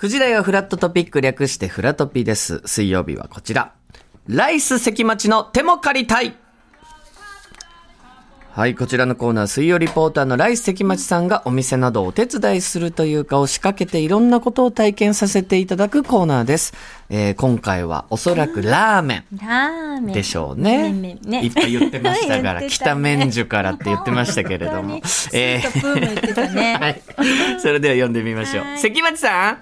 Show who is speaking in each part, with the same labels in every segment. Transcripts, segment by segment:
Speaker 1: 9時台はフラットトピック略してフラトピです。水曜日はこちら。ライス関町の手も借りたいはい、こちらのコーナー、水曜リポーターのライス関町さんがお店などお手伝いするというかを仕掛けていろんなことを体験させていただくコーナーです。えー今回はおそらくラーメン。
Speaker 2: ラーメン。
Speaker 1: でしょうね。
Speaker 2: ねねね
Speaker 1: いっぱい言ってましたから、
Speaker 2: 言ってた
Speaker 1: 北免除からって言ってましたけれども
Speaker 2: 本当に。ス
Speaker 1: え
Speaker 2: ー
Speaker 1: ー
Speaker 2: トブーム言ってたね。
Speaker 1: はい。それでは読んでみましょ
Speaker 2: は
Speaker 1: う。
Speaker 2: い
Speaker 1: 関町さん、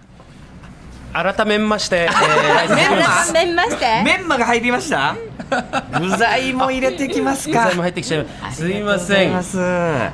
Speaker 3: 改めま して、えー
Speaker 1: メンマ
Speaker 2: ラーメンまして。
Speaker 1: メンマが入りました。具材も入れてきます
Speaker 3: 具
Speaker 1: か
Speaker 3: 材。も入ってきちゃいます。すいません。
Speaker 1: ん。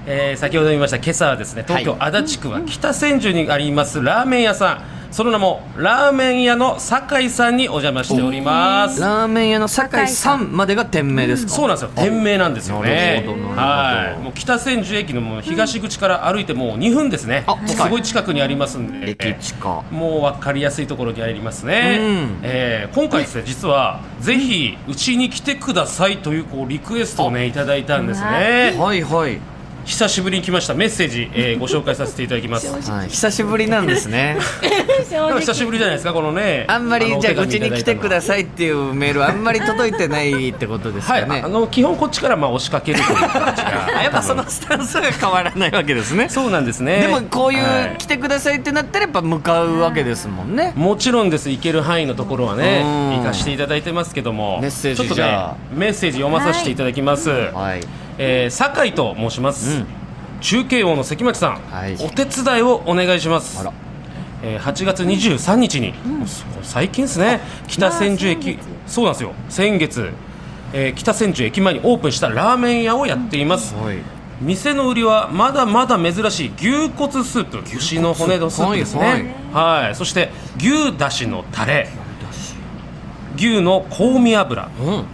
Speaker 3: えー先ほど言いました今朝はですね東京
Speaker 1: は
Speaker 3: 足立区は北千住にありますラーメン屋さんその名もラーメン屋の酒井さんにお邪魔しております
Speaker 1: ラーメン屋の酒井さんまでが店名ですか。
Speaker 3: そうなんですよ店名なんですよね
Speaker 1: なるほどなる
Speaker 3: は
Speaker 1: ほど
Speaker 3: いもう北千住駅のもう東口から歩いてもう2分ですね
Speaker 1: あ近い
Speaker 3: すごい近くにありますんで
Speaker 1: 駅近
Speaker 3: もう分かりやすいところにありますね、
Speaker 1: うん
Speaker 3: えー今回ですね実はぜひうちに来てくださいというこうリクエストをねいただいたんですね
Speaker 1: はいはい。
Speaker 3: 久しぶりに来ましたメッセージ、え ーご紹介させていただきます
Speaker 1: はい、久しぶりなんですね。
Speaker 3: でも
Speaker 2: 正
Speaker 3: 久しぶりじゃないですかこのね
Speaker 1: あんまり、じゃあ、うちに来てくだ
Speaker 3: さ
Speaker 1: さいっていうメールはあんまり届いてないってことですかね。
Speaker 3: はいあの基本こっちからまあ押しかけるとい う形が
Speaker 1: あやっぱそのスタンスが変わらないわけですね。
Speaker 3: そうなんですね
Speaker 1: でもこう
Speaker 3: は
Speaker 1: いう
Speaker 3: い
Speaker 1: 来てくださいってなったらやっぱ向かうわけですもんね。
Speaker 3: もちろんです行ける範囲のところはね
Speaker 1: うん
Speaker 3: 行かせていただいてますけども
Speaker 1: メッセージ
Speaker 3: ちょっと
Speaker 1: じゃあ
Speaker 3: ねメッセージ読まさせていただきます、
Speaker 1: はい。
Speaker 3: えー酒井と申します、
Speaker 1: うん
Speaker 3: 中継王の関町さん、
Speaker 1: はい
Speaker 3: お手伝いをお願いします
Speaker 1: あら
Speaker 3: えー8月23日に、もうすごい最近ですね北千住
Speaker 2: まあ先月
Speaker 3: 駅そうなんですよ先月、えー北千住駅前にオープンしたラーメン屋をやっています、
Speaker 1: はい。
Speaker 3: 店の売りはまだまだ珍しい牛骨スープ牛の骨のスープですね
Speaker 1: は
Speaker 3: はいい、そして牛だしのタレ牛の香味油
Speaker 1: うん。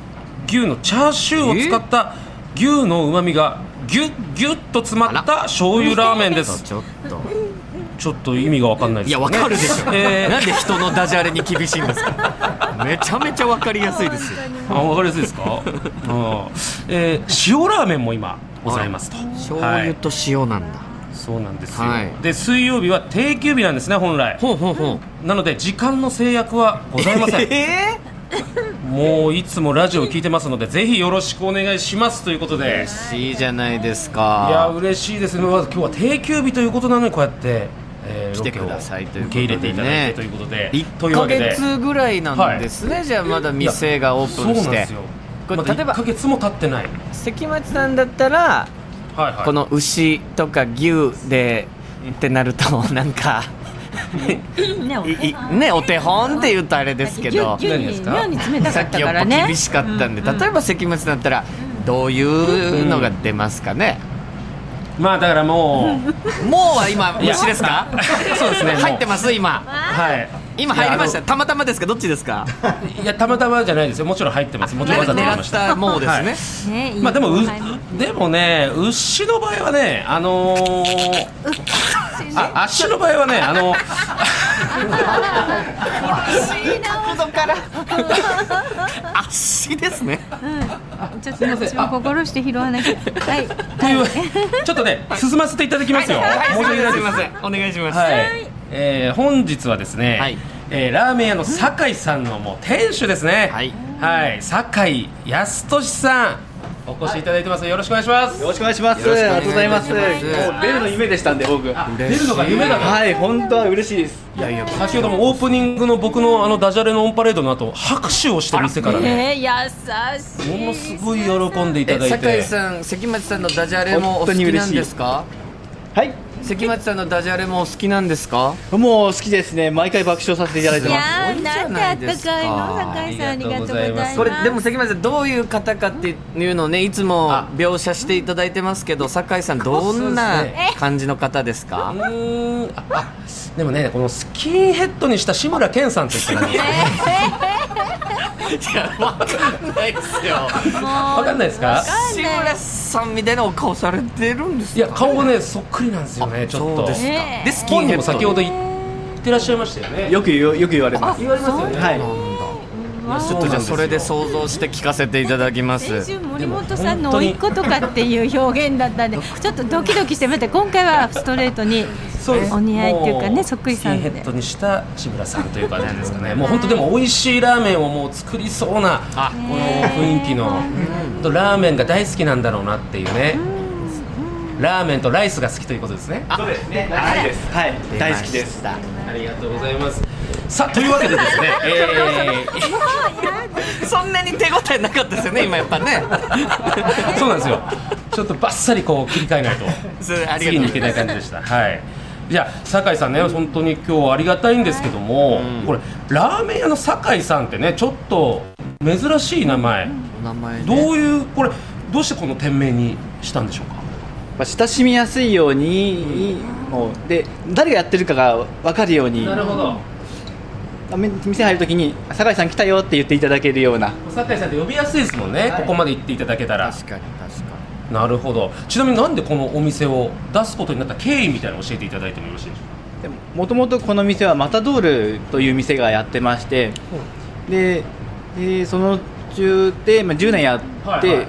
Speaker 3: 牛のチャーシューを使った牛の旨味がギュッギュッと詰まった醤油ラーメンです
Speaker 1: ちょっと。
Speaker 3: ちょっと意味がわかんないです
Speaker 1: いや、
Speaker 3: よ
Speaker 1: わ
Speaker 3: ね
Speaker 1: かるでしょ。
Speaker 3: えー
Speaker 1: なんで人のダジャレに厳しいんですか。めちゃめちゃわかりやすいですよ。
Speaker 3: あ、わかりやす いですか。うんえー塩ラーメンも今ございますと。
Speaker 1: 醤
Speaker 3: は
Speaker 1: 油
Speaker 3: い。
Speaker 1: と塩なんだ。
Speaker 3: そうなんですよ。
Speaker 1: はい
Speaker 3: で、水曜日は定休日なんですね、本来。
Speaker 1: ほうほうほう。
Speaker 3: なので、時間の制約はございませ ん。
Speaker 1: え
Speaker 3: もういつもラジオを聞いてますので、ぜひよろしくお願いしますということで。
Speaker 1: ー、いいじゃないです
Speaker 3: いや、
Speaker 1: か。
Speaker 3: 嬉しいですね。まず今日は定休日ということなのに、こうやって。えー
Speaker 1: 来てくださいという
Speaker 3: ロ
Speaker 1: こ
Speaker 3: ケ
Speaker 1: と
Speaker 3: を
Speaker 1: でね
Speaker 3: 受け入れていただいてということで。
Speaker 1: 一
Speaker 3: という
Speaker 1: ヶ
Speaker 3: わけで。
Speaker 1: 月ぐらいなんですね。じゃあ、まだ店がオープン
Speaker 3: そう
Speaker 1: し
Speaker 3: なんで
Speaker 1: て
Speaker 3: す。よ。
Speaker 1: これ
Speaker 3: まだ
Speaker 1: 例えば
Speaker 3: 1ヶ月も経ってない。
Speaker 1: 関町さんだったら。
Speaker 3: はいはい。
Speaker 1: この牛とか牛でってなるとなんか
Speaker 2: ね、お
Speaker 1: いいねお手本って言うとあれですけど
Speaker 2: ぎゅっぎゅっ
Speaker 3: 何です
Speaker 2: に妙
Speaker 3: か
Speaker 2: に冷た
Speaker 1: さ
Speaker 2: か
Speaker 1: っ
Speaker 2: っ
Speaker 1: き
Speaker 2: た
Speaker 1: や
Speaker 2: か
Speaker 1: っぱ
Speaker 2: らね。
Speaker 1: 厳しかったんで
Speaker 2: うん
Speaker 1: 例えば関町だったらどういうのが出ますかね
Speaker 3: まあ、だからも う。
Speaker 1: もうは今
Speaker 3: いや
Speaker 1: 牛ですか
Speaker 3: そうですねもう
Speaker 1: 入ってます今
Speaker 3: はい。
Speaker 1: 今入りまし
Speaker 3: い
Speaker 1: た
Speaker 3: や。
Speaker 1: たまたまですかどっちですか
Speaker 3: あのいや、たまたまじゃないですよ。もちろん入ってます。もちろんわざと入れ
Speaker 1: 狙
Speaker 3: ま
Speaker 1: っ
Speaker 3: した。
Speaker 1: たもうですね
Speaker 2: ねいい
Speaker 3: まあ、でも、
Speaker 2: 後
Speaker 3: う
Speaker 2: 輩も
Speaker 3: でもね、牛の場合はね、あのー。あ、あっしの場合はね、あの、
Speaker 1: 角度から 足ですね
Speaker 2: ちょっと私も心して拾わなきゃ。はい。
Speaker 3: という
Speaker 2: はい。
Speaker 3: ちょっとね、進ませていただきますよ。
Speaker 1: はい
Speaker 3: 申し訳ない
Speaker 1: す
Speaker 3: で
Speaker 1: い
Speaker 3: す。
Speaker 1: ませんお願いします
Speaker 3: はい、えー本日はですね、
Speaker 1: はい
Speaker 3: えーラーメン屋の酒井さんのもう店主ですね。
Speaker 1: はい
Speaker 3: はい、酒井康俊さん、お越しいただいてます。よろしくお願いします
Speaker 4: よ。ろしくお願いします。
Speaker 1: ろしくお願い
Speaker 4: ありがとうございます。もう
Speaker 1: します
Speaker 4: 出るの夢でしたんで、僕。は
Speaker 3: 出るのが夢だから。
Speaker 4: い、本当は嬉しいです。
Speaker 1: いやいや
Speaker 3: 先ほどもオープニングの僕のあのダジャレのオンパレードの後拍手をして店からね
Speaker 2: えー、優しい。
Speaker 3: ものすごい喜んでいただ
Speaker 1: え
Speaker 3: い
Speaker 1: 酒井
Speaker 3: て
Speaker 1: さん関町さんのダジャレもお好
Speaker 4: 本当に
Speaker 1: きな
Speaker 4: 嬉
Speaker 1: ん
Speaker 4: しい
Speaker 1: ですか
Speaker 4: はい、
Speaker 1: 関町さんのダジャレもお好きなんですか
Speaker 4: もう好きですね。毎回爆笑させていただいて
Speaker 2: い
Speaker 4: ます。
Speaker 2: や
Speaker 1: すご
Speaker 2: ー、
Speaker 1: いじゃ
Speaker 2: なん
Speaker 1: ない
Speaker 2: て
Speaker 1: で
Speaker 2: あっ
Speaker 1: す
Speaker 2: た
Speaker 1: か
Speaker 2: かいの、酒井さん、あ
Speaker 3: あ
Speaker 2: り
Speaker 3: り
Speaker 2: が
Speaker 3: が
Speaker 2: と
Speaker 3: と
Speaker 2: う
Speaker 3: う
Speaker 2: ご
Speaker 3: ご
Speaker 2: ざ
Speaker 3: ざ
Speaker 2: い
Speaker 3: い
Speaker 2: ま。
Speaker 3: ますす
Speaker 1: これでも関町さんどういう方かっていうのをねいつも描写していただいてますけど酒井さんどんな
Speaker 3: そうです
Speaker 1: 感じの方ですか
Speaker 3: うーんああでもねこのスキンヘッドにした志村けんさんって人がね
Speaker 1: いやわかんないですよ
Speaker 2: も
Speaker 3: わかんないですか
Speaker 1: 志村さんみたいなお顔されてるんです
Speaker 3: い
Speaker 1: か
Speaker 3: や顔がねそっくりなんですよねちょっ
Speaker 1: そう
Speaker 3: と
Speaker 1: ですか
Speaker 2: ええ
Speaker 1: でスキン
Speaker 3: 本
Speaker 1: ヘ
Speaker 3: 人
Speaker 1: ッド
Speaker 3: も先ほど言ってらっしゃいましたよね
Speaker 4: よく言うよく言われます。
Speaker 3: 言われますよね
Speaker 4: はい。
Speaker 2: う。
Speaker 1: ちょっとじゃあそれで想像して聞かせていただきます
Speaker 2: 先週森本さんの甥っ子とかっていう表現だったんで、ちょっとドキドキしてました。今回はストレートに。
Speaker 3: そうです
Speaker 2: お似合いっていうかね
Speaker 3: も
Speaker 2: そっくりさんで
Speaker 3: スキンヘッドにした志村さんという感じですかねもう本当でも美味しいラーメンをもう作りそうなこの雰囲気の、とラーメンが大好きなんだろうなっていうね、ラーメンとライスが好きということですね
Speaker 4: そうですね。大好きです。はい、大好きで
Speaker 1: 出
Speaker 4: す。
Speaker 1: ました
Speaker 3: ありがとうございますさあというわけ でですね、えー
Speaker 1: そんなに手応えなかったですよね、今やっぱね。
Speaker 3: そうなんですよ。ちょっとバッサリこう切り替えないと
Speaker 1: それありが
Speaker 3: 次
Speaker 1: とう
Speaker 3: に
Speaker 1: ご
Speaker 3: 行
Speaker 1: ざ
Speaker 3: け
Speaker 1: い
Speaker 3: な
Speaker 1: ま
Speaker 3: い
Speaker 1: す。
Speaker 3: 感じでした。はい。じゃあ酒井さんね本当に今日ありがたいんですけども、これラーメン屋の酒井さんってねちょっと珍しい名前、
Speaker 1: お名前ね
Speaker 3: どういうこれどうしてこの店名にしたんでしょうか。
Speaker 4: まあ、親しみやすいように、もうで誰がやってるかが分かるように
Speaker 3: ほど。
Speaker 4: あめ店入るときに「酒井さん来たよ」って言っていただけるような
Speaker 3: 酒井さんって呼びやすいですもんね、
Speaker 4: はい
Speaker 3: ここまで行っていただけたら
Speaker 1: 確かに確か
Speaker 3: なるほどちなみになんでこのお店を出すことになった経緯みたいなのを教えていただいてもよろしいでしょうか
Speaker 4: もともとこの店はマタドールという店がやってまして、ででその中で、まあ、10年やって、
Speaker 3: はいはい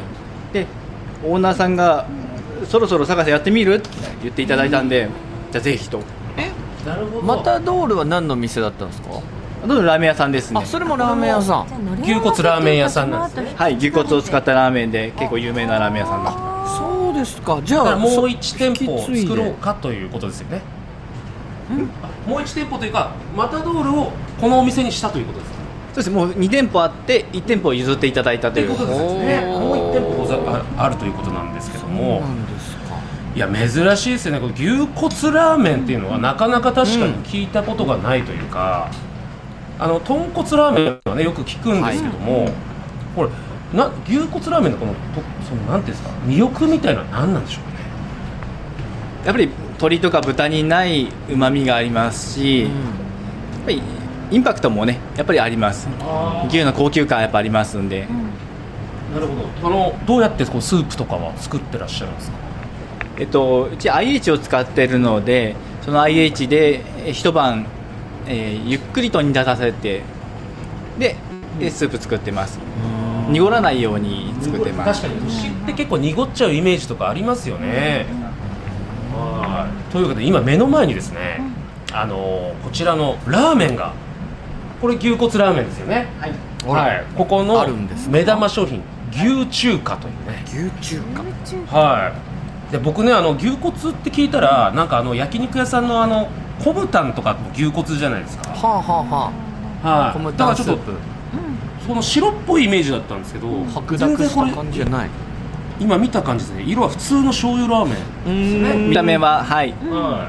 Speaker 4: でオーナーさんが「そろそろ酒井さんやってみる?」って言っていただいたんで、じゃあぜひと
Speaker 3: なるほ
Speaker 1: に。またドールは何の店だったんですか。
Speaker 4: どんどんラーメン牛骨ラーメン屋さんですね
Speaker 1: あ、それもラーメン屋さん。
Speaker 3: 牛骨ラーメン屋さんなんですね
Speaker 4: はい牛骨を使
Speaker 2: っ
Speaker 4: ったラーメンで結構有名なラーメン屋さんだ
Speaker 1: そうですか。じゃ
Speaker 3: だか
Speaker 1: あ
Speaker 3: らもう
Speaker 1: そ
Speaker 3: 1店舗を作ろう
Speaker 1: 引き継いで
Speaker 3: かということですよねあもう1店舗というかマタドールをこのお店にしたということですか
Speaker 4: そうですもう2店舗あって1店舗を譲っていただいたと
Speaker 3: とい
Speaker 4: いうう
Speaker 3: ことですね
Speaker 1: おー
Speaker 3: もう1店舗ござああるということなんですけども
Speaker 1: なんですか。
Speaker 3: いや珍しいですよねこの牛骨ラーメンっていうのはなかなか確かに聞いたことがないというか、あの豚骨ラーメンはねよく聞くんですけども、これな牛骨ラーメンのこのとそのなんていうんですか魅力みたいなのは何なんでしょうね
Speaker 4: やっぱり鶏とか豚にないうまみがありますし、
Speaker 1: う
Speaker 4: やっ
Speaker 1: ん
Speaker 4: ぱりインパクトもねやっぱりあります牛の高級感やっぱありますんで、
Speaker 3: なるほどあのどうやってこうスープとかは作ってらっしゃるんですか
Speaker 4: えっと、うち IH を使ってるのでその IH でえー一晩、えーゆっくりと煮立たせてででスープ作ってます濁らないように作ってます
Speaker 3: 確かに牛って結構濁っちゃうイメージとかありますよね、はいというわけで今目の前にですね、あのーこちらのラーメンがこれ牛骨ラーメンですよねはい、
Speaker 1: あら
Speaker 3: ここ
Speaker 1: あ
Speaker 3: の
Speaker 1: るんですか
Speaker 3: 目玉商品牛中華というね
Speaker 1: 牛中華。
Speaker 3: はいで僕ねあの牛骨って聞いたらなんかあの焼肉屋さんのあの小豚とかも牛骨じゃないですか
Speaker 1: はあはあは
Speaker 3: は
Speaker 1: あ。
Speaker 3: い
Speaker 1: コムタ
Speaker 3: だから
Speaker 1: ン
Speaker 3: ち
Speaker 1: ス
Speaker 3: ょっと
Speaker 1: ープ。
Speaker 3: その白っぽいイメージだったんですけど
Speaker 1: 白
Speaker 3: 全
Speaker 1: 濁
Speaker 3: 然
Speaker 1: し
Speaker 3: これ
Speaker 1: た感じじゃない。
Speaker 3: 今見た感じですね色は普通の醤油ラーメン、
Speaker 4: 見た目ははい
Speaker 3: は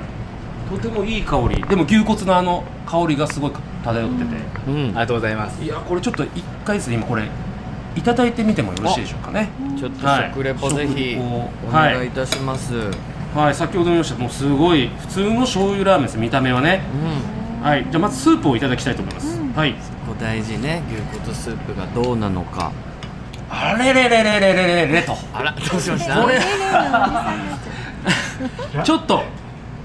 Speaker 3: いとてもいい香りでも牛骨のあの香りがすごい漂ってて、
Speaker 1: うん
Speaker 4: あり。がとうございます
Speaker 3: いやこれちょっと一回ですね今これいただいてみてもよろしいでしょうかね
Speaker 1: ちょっと食レポぜひ
Speaker 3: はい
Speaker 1: お願いいたします。うん。
Speaker 3: はい先ほども言いましたもうすごい普通の醤油ラーメンです見た目はねはいじゃあまずスープをいただきたいと思います、はい
Speaker 1: こう大事ね。牛骨スープがどうなのか。
Speaker 3: あれれれれれれれれれと
Speaker 1: あら、どうしました
Speaker 3: これちょっと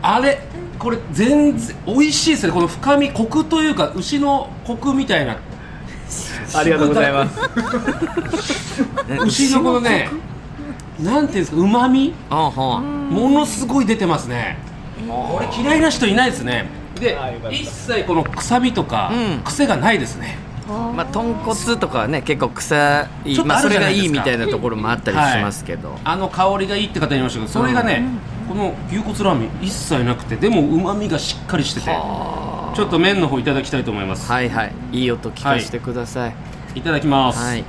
Speaker 3: あれこれ全然美味しいですねこの深みコクというか牛のコクみたいな
Speaker 4: ありがとうございます
Speaker 3: 牛のこのねなんていうんですかうまみ
Speaker 1: あは
Speaker 3: ものすごい出てますねこれ嫌いな人いないですねで
Speaker 4: あよかった
Speaker 3: 一切この臭みとか
Speaker 1: うん
Speaker 3: 癖がないですね
Speaker 1: あ。まあ、豚骨とかはね、結構臭い。
Speaker 3: ちょっと
Speaker 1: まあ、
Speaker 3: ある
Speaker 1: そ
Speaker 3: じ
Speaker 1: れ
Speaker 3: ゃな
Speaker 1: が
Speaker 3: いです
Speaker 1: い
Speaker 3: か
Speaker 1: いみたいなところもあったりしますけど。
Speaker 3: あの香りがいいって方いましたけどそれがねこの牛骨ラーメン一切なくてでもうまみがしっかりしててちょっと麺の方いただきたいと思います
Speaker 1: はいはい、いい音聞かせてください。
Speaker 3: いただきます
Speaker 1: はい。いい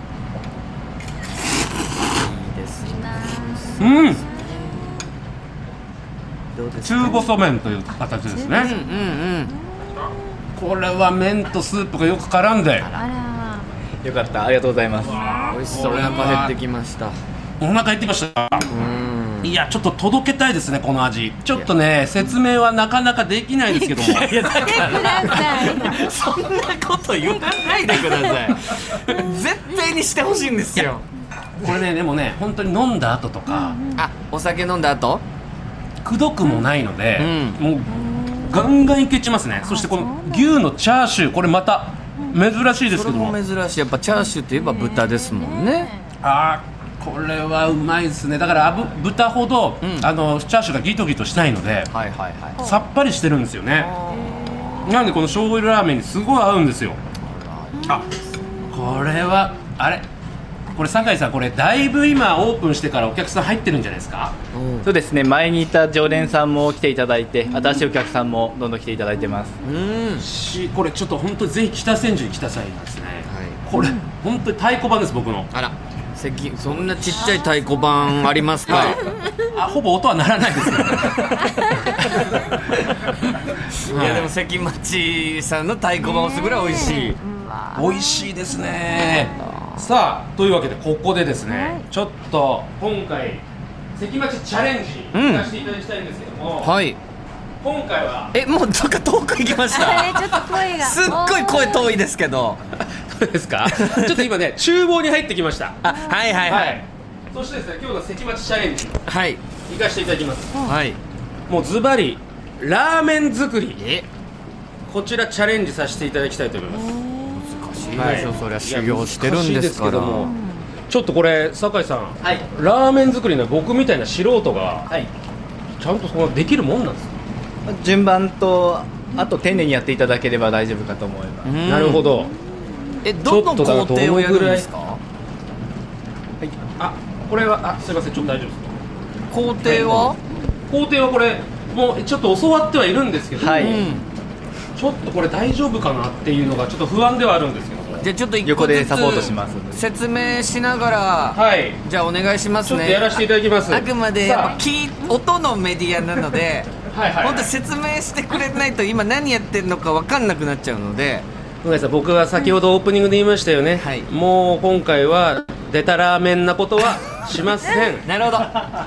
Speaker 1: です。
Speaker 3: うん
Speaker 1: どうですか。
Speaker 3: 中細麺という形です
Speaker 1: うん
Speaker 3: ね
Speaker 1: うん
Speaker 3: これは麺とスープがよく絡んで
Speaker 2: あら
Speaker 4: よかったありがとうございます
Speaker 1: うん。美味しそう。お腹減ってきました。
Speaker 3: お腹減ってきました
Speaker 1: うん。
Speaker 3: いやちょっと届けたいですねこの味ちょっとね説明はなかなかできないですけども
Speaker 2: 来てください
Speaker 1: そんなこと言わないでください。絶対にしてほしいんですよ。
Speaker 3: これねでもね本当に飲んだ後とか
Speaker 1: あ、お酒飲んだ後。
Speaker 3: くどくもないので、
Speaker 1: う
Speaker 3: もうガンガンいけちますねそしてこの牛のチャーシューこれまた珍しいで
Speaker 1: そ
Speaker 3: す
Speaker 1: れ
Speaker 3: けども
Speaker 1: も珍しい。やっぱチャーシューといえば豚ですもんね。
Speaker 3: あーこれはうまいですねだからあぶ豚ほど、
Speaker 1: うん
Speaker 3: あのチャーシューがギトギトしないので
Speaker 1: はいはいはい
Speaker 3: さっぱりしてるんですよねなんでこの醤油ラーメンにすごい合うんですよあこれはあれこれ酒井さんこれだいぶ今オープンしてからお客さん入ってるんじゃないですか
Speaker 1: うん
Speaker 4: そうですね前にいた常連さんも来ていただいて新しいお客さんもどんどん来ていただいてます
Speaker 1: うん
Speaker 3: しこれちょっと本当にぜひ北千住に来た際にですね、
Speaker 1: い
Speaker 3: これ本当に太鼓判です僕の
Speaker 1: あら関そんなちっちゃい太鼓判ありますか、
Speaker 3: あほぼ音は鳴らないです
Speaker 1: い
Speaker 3: ね
Speaker 1: やでも関町さんの太鼓判を押すぐらい美味しい、
Speaker 3: 美味しいですねさあというわけでここでですね、ちょっと今回関町チャレンジさせていただきたいんですけども、
Speaker 1: はい
Speaker 3: 今回は
Speaker 1: えもうどっか遠く行きまし
Speaker 2: あれ
Speaker 1: た
Speaker 2: ちょっと声 が。
Speaker 1: すっごい声遠いですけど
Speaker 3: どうですかちょっと今ね厨房に入ってきました
Speaker 1: あはいはいは
Speaker 3: はいいそしてですね今日の関町チャレンジ
Speaker 1: はい
Speaker 3: 行かせていただきます
Speaker 1: はい
Speaker 3: もうズバリラーメン作り
Speaker 1: え
Speaker 3: こちらチャレンジさせていただきたいと思いま
Speaker 1: 難
Speaker 3: す
Speaker 1: しい
Speaker 3: は
Speaker 1: で
Speaker 3: い
Speaker 1: しょ、そりゃ修行してるんですか
Speaker 3: いや
Speaker 1: ら
Speaker 3: 難しいですけどもちょっとこれ酒井さん、
Speaker 4: はい
Speaker 3: ラーメン作りの僕みたいな素人が
Speaker 4: はい
Speaker 3: ちゃんとそのできるもんなんですか、
Speaker 4: 順番とあと丁寧にやっていただければ大丈夫かと思います、
Speaker 1: うん
Speaker 3: なるほど
Speaker 1: えどの
Speaker 3: ちょっとだ
Speaker 1: 工
Speaker 3: から
Speaker 1: 程をやるんですか
Speaker 3: あこれはあすいませんちょっと大丈夫ですか
Speaker 1: 工程は、
Speaker 3: 工程はこれもうちょっと教わってはいるんですけど、
Speaker 4: は
Speaker 1: う
Speaker 4: い
Speaker 1: ん、
Speaker 3: ちょっとこれ大丈夫かなっていうのがちょっと不安ではあるんですけども
Speaker 1: じゃあちょっと一個
Speaker 4: 横
Speaker 1: ずつ
Speaker 4: でサポートします
Speaker 1: 説明しながら、
Speaker 3: はい
Speaker 1: じゃあお願いします
Speaker 3: ちょ
Speaker 1: ね
Speaker 3: っとやらせていただきます
Speaker 1: あくまでやっぱ聞い音のメディアなので
Speaker 3: さあはいはい
Speaker 1: 本当説明してくれないと今何やってるのか分かんなくなっちゃうので
Speaker 3: 向井さん僕は先ほどオープニングで言いましたよね、
Speaker 1: はい
Speaker 3: もう今回は出たラーメンなことはしません
Speaker 1: なるほど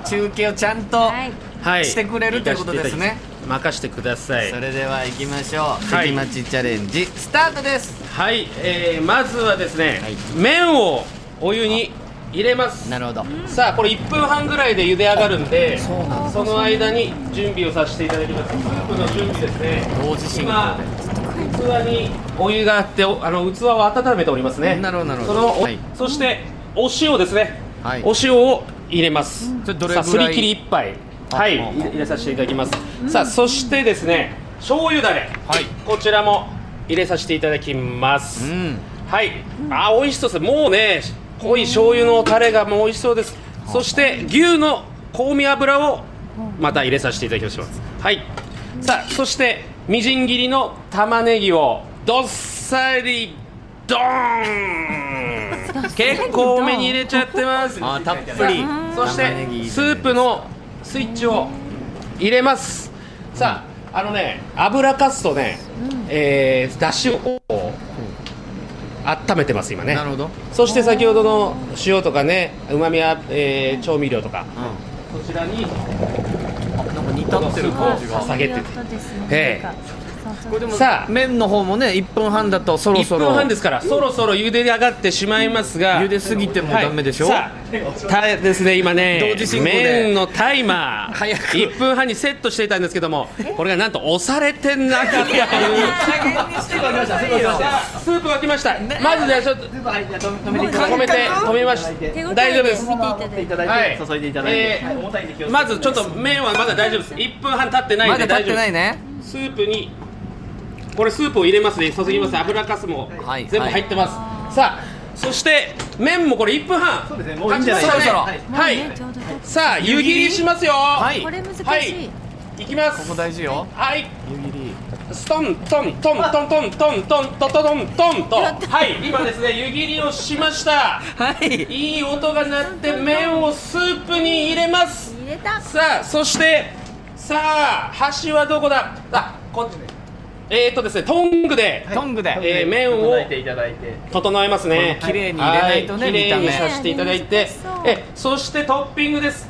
Speaker 1: 中継をちゃんと、
Speaker 2: はい。
Speaker 3: はい
Speaker 1: してくれるということですね
Speaker 3: 任してください
Speaker 1: それでは行きましょう
Speaker 3: はい
Speaker 1: 関町チャレンジスタートです
Speaker 3: はい、えー、まずはですね、
Speaker 1: はい
Speaker 3: 麺をお湯に入れます
Speaker 1: なるほど
Speaker 3: さあこれ1分半ぐらいで茹で上がるんで
Speaker 1: そうなんだ
Speaker 3: その間に準備をさせていただきますスープの準備ですね
Speaker 1: 同時進行
Speaker 3: 今器にお湯があっておあの器を温めておりますね
Speaker 1: なるほどなるほ
Speaker 3: そ
Speaker 1: ど
Speaker 3: のお
Speaker 1: はい
Speaker 3: そしてお塩ですね、
Speaker 1: はい
Speaker 3: お塩を入れます
Speaker 1: それどれぐ
Speaker 3: さ
Speaker 1: ら
Speaker 3: あ
Speaker 1: い
Speaker 3: すり切り1杯
Speaker 1: あ
Speaker 3: はい
Speaker 1: ああ
Speaker 3: 入れ入れさせていただきます、さあそしてですね醤油だれ、
Speaker 1: はい
Speaker 3: こちらも入れさせていただきます、
Speaker 1: うん
Speaker 3: はい、あー美味しそうですもうね濃い醤油のタレがもう美味しそうですそして牛の香味油をまた入れさせていただきますはいさあそしてみじん切りの玉ねぎをどっさりドーン結構多めに入れちゃってます
Speaker 1: あーたっぷり
Speaker 3: そし
Speaker 1: 玉ねぎ
Speaker 3: てスープのスイッチを入れますさああのね油かすとね、えー、だしを温めてます今ね
Speaker 1: なるほど、
Speaker 3: そして先ほどの塩とかねうまみや、えー調味料とか
Speaker 1: う
Speaker 3: こちらに
Speaker 1: ん、なんか煮立ってる感じが
Speaker 3: 下げてて
Speaker 2: そういう音ですね
Speaker 3: ええ
Speaker 2: なんかそうそう
Speaker 1: これでも
Speaker 3: さあ
Speaker 1: 麺の方もね1分半だとそろそ
Speaker 3: 1
Speaker 1: ろ
Speaker 3: 分半ですからそろそろ茹で上がってしまいますが
Speaker 1: 茹ですぎてもダメでしょ
Speaker 3: はいさあたですね今ね
Speaker 1: 同時進行で
Speaker 3: 麺のタイマー
Speaker 1: 早く
Speaker 3: 1分半にセットしていたんですけどもこれがなんと押されてなかったという
Speaker 1: 加減にしてくださいよ
Speaker 3: さあスープが来ましたまずじゃあちょっと止めて止めまし
Speaker 2: 手応え
Speaker 3: た
Speaker 2: で
Speaker 3: 大丈夫です
Speaker 2: 見ていただいて。
Speaker 3: はい
Speaker 4: 注いでいただいて、
Speaker 3: えー
Speaker 4: 重たいんで気をつけて
Speaker 3: まずちょっと麺はまだ大丈夫です1分半経ってないん
Speaker 1: ま
Speaker 3: で
Speaker 1: だ
Speaker 3: 大
Speaker 1: 立って
Speaker 3: 丈夫
Speaker 1: な
Speaker 3: で
Speaker 1: いね
Speaker 3: すスープにこれスープを入れますね注ぎます油かすも
Speaker 1: はい
Speaker 3: 全部入ってます、さあそして麺もこれ1分半
Speaker 4: そうですねもういいんじゃない
Speaker 1: ですか
Speaker 3: 経ちまし
Speaker 1: そ
Speaker 3: た
Speaker 1: ろ
Speaker 3: ね
Speaker 1: そ
Speaker 2: もう
Speaker 3: は
Speaker 2: ね
Speaker 3: い
Speaker 2: ちょうど立つ
Speaker 3: さあ湯切りしますよはい
Speaker 2: これ難しい。
Speaker 3: はいいきます
Speaker 1: ここ大事よ
Speaker 3: はいストントントントントントントントントントンとはい今ですね湯切りをしました
Speaker 1: はい
Speaker 3: いい音が鳴って麺をスープに入れます
Speaker 2: 入れた。
Speaker 3: さあそしてさあ箸はどこだあこっちえー、とですねトングで、
Speaker 1: トングで、
Speaker 3: えー麺を
Speaker 4: 整えていただいて
Speaker 3: 整えますね
Speaker 1: この綺麗に入れないとね
Speaker 3: は綺麗に
Speaker 1: 見た目
Speaker 3: させていただいて
Speaker 2: そう
Speaker 3: えそしてトッピングです、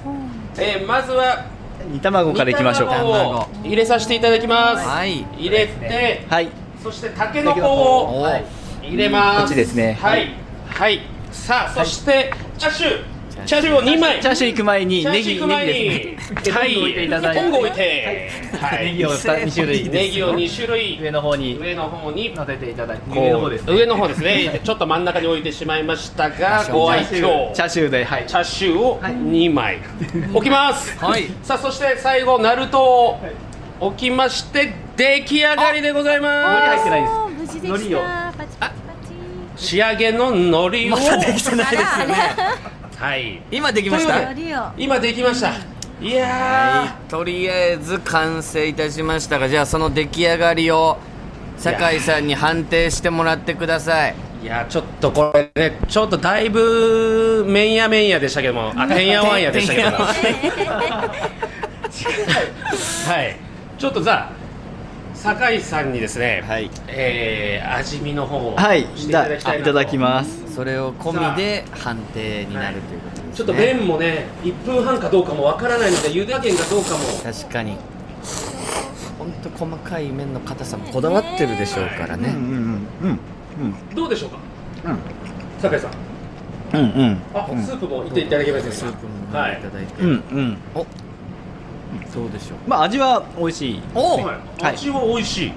Speaker 3: えーまずは
Speaker 4: 煮卵からいきましょう
Speaker 3: 煮
Speaker 4: か
Speaker 3: 卵を入れさせていただきます、
Speaker 1: はい
Speaker 3: 入れて
Speaker 4: はい
Speaker 3: そしてタケノコを
Speaker 1: おー
Speaker 3: 入れます
Speaker 4: こっちですね
Speaker 3: はいはいさあそしてチャーシューチャーシューを2枚
Speaker 4: チャーシュー行く前に
Speaker 3: チャー
Speaker 4: ネ
Speaker 3: シュー
Speaker 4: ギ
Speaker 3: 行く前
Speaker 4: ネ
Speaker 3: に
Speaker 4: ギですね
Speaker 3: は
Speaker 4: ネギを置いていただい
Speaker 3: い
Speaker 4: て
Speaker 3: トング置いてはい
Speaker 4: ネギを2種類
Speaker 3: ネギを
Speaker 4: で
Speaker 3: 2種
Speaker 4: す上
Speaker 3: 類
Speaker 4: の方に
Speaker 3: 上の方に
Speaker 4: 乗せていただいて
Speaker 3: こう
Speaker 4: 上の方ですね
Speaker 3: 上の方ですねちょっと真ん中に置いてしまいましたがご愛
Speaker 4: チャーシュ
Speaker 3: 嬌
Speaker 4: ーチャーシューではい
Speaker 3: チャーシューを2枚置きます、
Speaker 1: はい
Speaker 3: さあそして最後ナルトを置きまして出来上がりでございま
Speaker 4: 入ってないです
Speaker 2: おー無事で
Speaker 4: 海
Speaker 2: し
Speaker 4: 苔を
Speaker 2: た。パチパチパ
Speaker 3: す仕上げの海苔を
Speaker 1: まだできてないですよね
Speaker 3: はい
Speaker 1: 今できまし
Speaker 3: という
Speaker 1: た
Speaker 3: わ
Speaker 2: チ。海苔を。
Speaker 3: 今できましたいや
Speaker 1: とりあえず完成いたしましたがじゃあその出来上がりを酒井さんに判定してもらってください
Speaker 3: ーいやーちょっとこれねちょっとだいぶ麺や麺やでしたけどもあてんやわんやでしたけどもはいちょっとじゃあ酒井さんにですね、
Speaker 4: はい
Speaker 3: えー味見の方を
Speaker 4: はい
Speaker 3: してい
Speaker 4: じ
Speaker 3: た
Speaker 4: ゃあ
Speaker 3: だきたい
Speaker 4: い
Speaker 3: なと
Speaker 4: ただきます
Speaker 1: それを込みで判定になるということです、ね
Speaker 3: ちょっ と麺もね、1分半かどうかもわからないので、茹で加減がどうかも。
Speaker 1: 確かに本当細かい麺の硬さもこだわってるでしょうからね、
Speaker 4: うんうんうん
Speaker 3: どうでしょうか。
Speaker 4: うん
Speaker 3: 酒井さん。
Speaker 4: うんうん
Speaker 3: あ、スープもいっていただけます
Speaker 1: ス
Speaker 3: か
Speaker 1: ープも
Speaker 3: は
Speaker 1: 飲んでいた。だ
Speaker 3: い
Speaker 1: いて、
Speaker 4: うんうん
Speaker 1: おどうでしょう
Speaker 4: まあ味は美味しい
Speaker 1: お
Speaker 3: は
Speaker 1: う
Speaker 3: い
Speaker 4: はい
Speaker 3: 味は美味しい。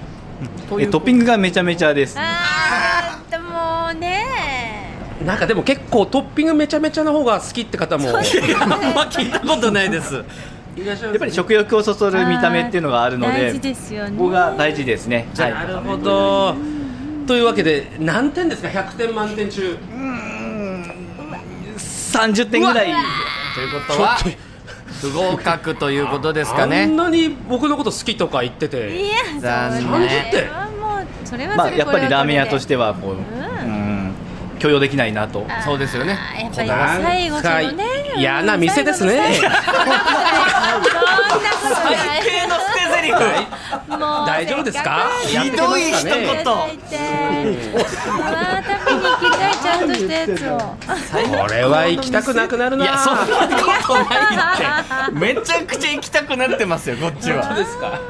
Speaker 1: とい
Speaker 4: え
Speaker 1: う
Speaker 4: トッピングがめちゃめちゃです
Speaker 2: あー、でもね。
Speaker 3: なんかでも結構トッピングめちゃめちゃの方が好きって方も。
Speaker 1: あんま聞いたことないです
Speaker 3: やっ
Speaker 4: やっぱり食欲をそそる見た目っていうのがあるの
Speaker 2: 大
Speaker 4: で
Speaker 2: 事ですよね。
Speaker 4: ここが大事ですねはい
Speaker 3: なるほど。というわけで、何点ですか、100点満点中。
Speaker 4: 30点ぐらい
Speaker 1: ということは不合格ということですか
Speaker 3: あん
Speaker 1: ね
Speaker 3: なに僕のこと好きとか言ってて。
Speaker 2: いや、
Speaker 1: 残
Speaker 2: そ
Speaker 1: 念
Speaker 2: れはもう、それは
Speaker 4: ま
Speaker 2: そ
Speaker 4: あ
Speaker 2: れ。
Speaker 4: やっぱりラーメン屋としててはこう、うん許容できないなと
Speaker 2: あー
Speaker 1: そうですよね
Speaker 2: やっぱり最後そのね。
Speaker 3: 嫌な店ですね。
Speaker 2: そんなことない。
Speaker 1: 捨て台詞
Speaker 2: もう
Speaker 3: 大丈夫ですか
Speaker 1: やってますかねひどい一言
Speaker 2: あために切り替えちゃんとしたやつを
Speaker 3: これは行きたくなくなるな。
Speaker 1: いやそんなことないって めちゃくちゃ行きたくなってますよこっち
Speaker 3: 本当
Speaker 1: は
Speaker 3: ですか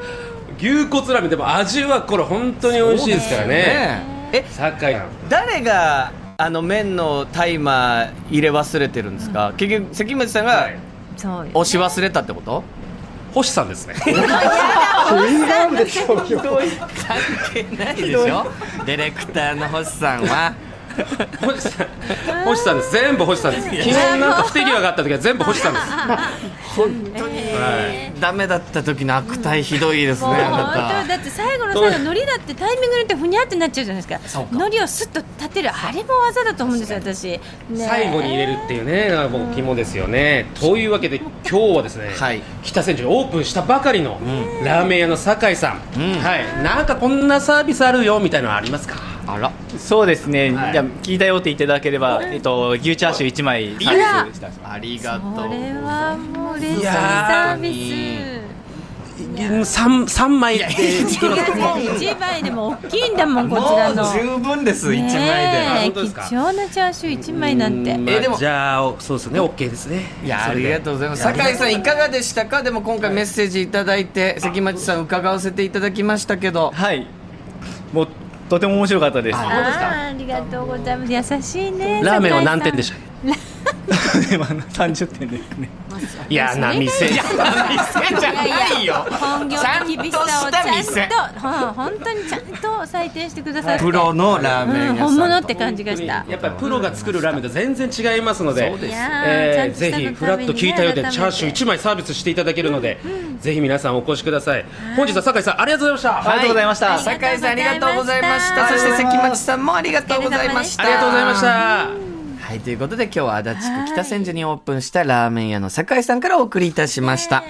Speaker 3: 牛骨ラーメンでも味はこれ本当に美味しいですからね
Speaker 1: ええ
Speaker 3: 酒井さん
Speaker 1: 誰があの麺のタイマー入れ忘れてるんですか結局関町さんが
Speaker 3: はい
Speaker 2: そうよ
Speaker 1: 押し忘れたってこと
Speaker 3: 星さんですね
Speaker 1: 関係ないでしょディレクターの星さんは
Speaker 3: 星さん星さんです全部星さんです昨日なんか不手際があった時は全部星さんです
Speaker 1: 本当にダメだった時の悪態ひどいですね
Speaker 2: もう本
Speaker 1: あ
Speaker 2: 当だって最後の最後海苔だってタイミングによってふにゃってなっちゃうじゃないですか
Speaker 1: そうか
Speaker 2: 海苔をスッと立てるあれも技だと思うんですよ私ねえ
Speaker 3: 最後に入れるっていうね僕肝ですよねというわけで今日はですね、
Speaker 1: はい
Speaker 3: 北千住にオープンしたばかりのラーメン屋の酒井さん、
Speaker 1: うん
Speaker 3: はいなんかこんなサービスあるよみたいなのありますか
Speaker 1: なたあら
Speaker 4: そうですね、
Speaker 3: はい
Speaker 4: じゃあ聞いたよって言っていただければ、えっと、牛チャーシュー1枚サービスでした
Speaker 1: ありがとう
Speaker 2: これはもう嬉しい
Speaker 3: いや
Speaker 2: サ
Speaker 3: ー
Speaker 2: ービス
Speaker 3: 三三枚で
Speaker 2: 違う違う1枚でも大きいんだもんこちらの
Speaker 1: もう十分です一枚
Speaker 2: ねえ
Speaker 3: 本当ですか
Speaker 2: 貴重なチャーシュー1枚なんて
Speaker 3: まあ
Speaker 1: えでも
Speaker 3: じゃあそうですね OK ですね
Speaker 1: でいや
Speaker 3: そ
Speaker 1: あ
Speaker 3: れで
Speaker 1: りがとうございます酒井さんいかがでしたかでも今回メッセージいただいて関町さん伺わせていただきましたけど
Speaker 4: はいもうとても面白かったです
Speaker 2: あーありがとうございます優しいね
Speaker 3: ラーメンは何点でしたたっけ
Speaker 4: 今の30点ですね
Speaker 3: いやな店いや
Speaker 1: 店じゃないよ
Speaker 2: 本業の厳しさをちゃんとうん本当にちゃんと採点してくださって
Speaker 1: プロのラーメン屋さん
Speaker 2: うん
Speaker 1: と
Speaker 2: 本物って感じがした
Speaker 3: やっぱりプロが作るラーメンと全然違いますので
Speaker 1: そうです
Speaker 2: いやーちゃ
Speaker 3: え
Speaker 2: ん
Speaker 3: ー
Speaker 2: と
Speaker 3: ぜひフラッと聞いたようで
Speaker 2: 改めて
Speaker 3: チャーシュー1枚サービスしていただけるのでぜひ皆さんお越しください本日は酒井さんありがとうございました
Speaker 4: ありがとうございました
Speaker 1: 酒井さんありがとうございまし
Speaker 2: あ
Speaker 1: た
Speaker 2: り
Speaker 1: そ
Speaker 2: が
Speaker 1: し
Speaker 2: とう
Speaker 1: て
Speaker 2: ございます
Speaker 1: 関町さんもありがとうございました
Speaker 3: ありがとうございました
Speaker 1: はい、ということで今日は足立区北千住にオープンしたラーメン屋の酒井さんからお送りいたしました。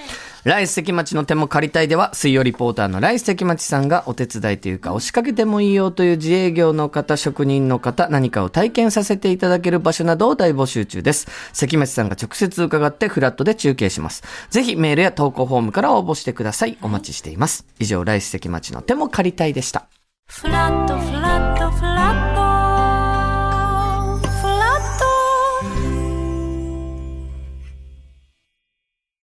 Speaker 1: ライス関町の手も借りたいでは、水曜リポーターのライス関町さんがお手伝いというか、押しかけてもいいよという自営業の方、職人の方、何かを体験させていただける場所などを大募集中です。関町さんが直接伺ってフラットで中継します。ぜひメールや投稿フォームから応募してください。お待ちしています。以上、ライス関町の手も借りたいでした。
Speaker 2: フラットフラット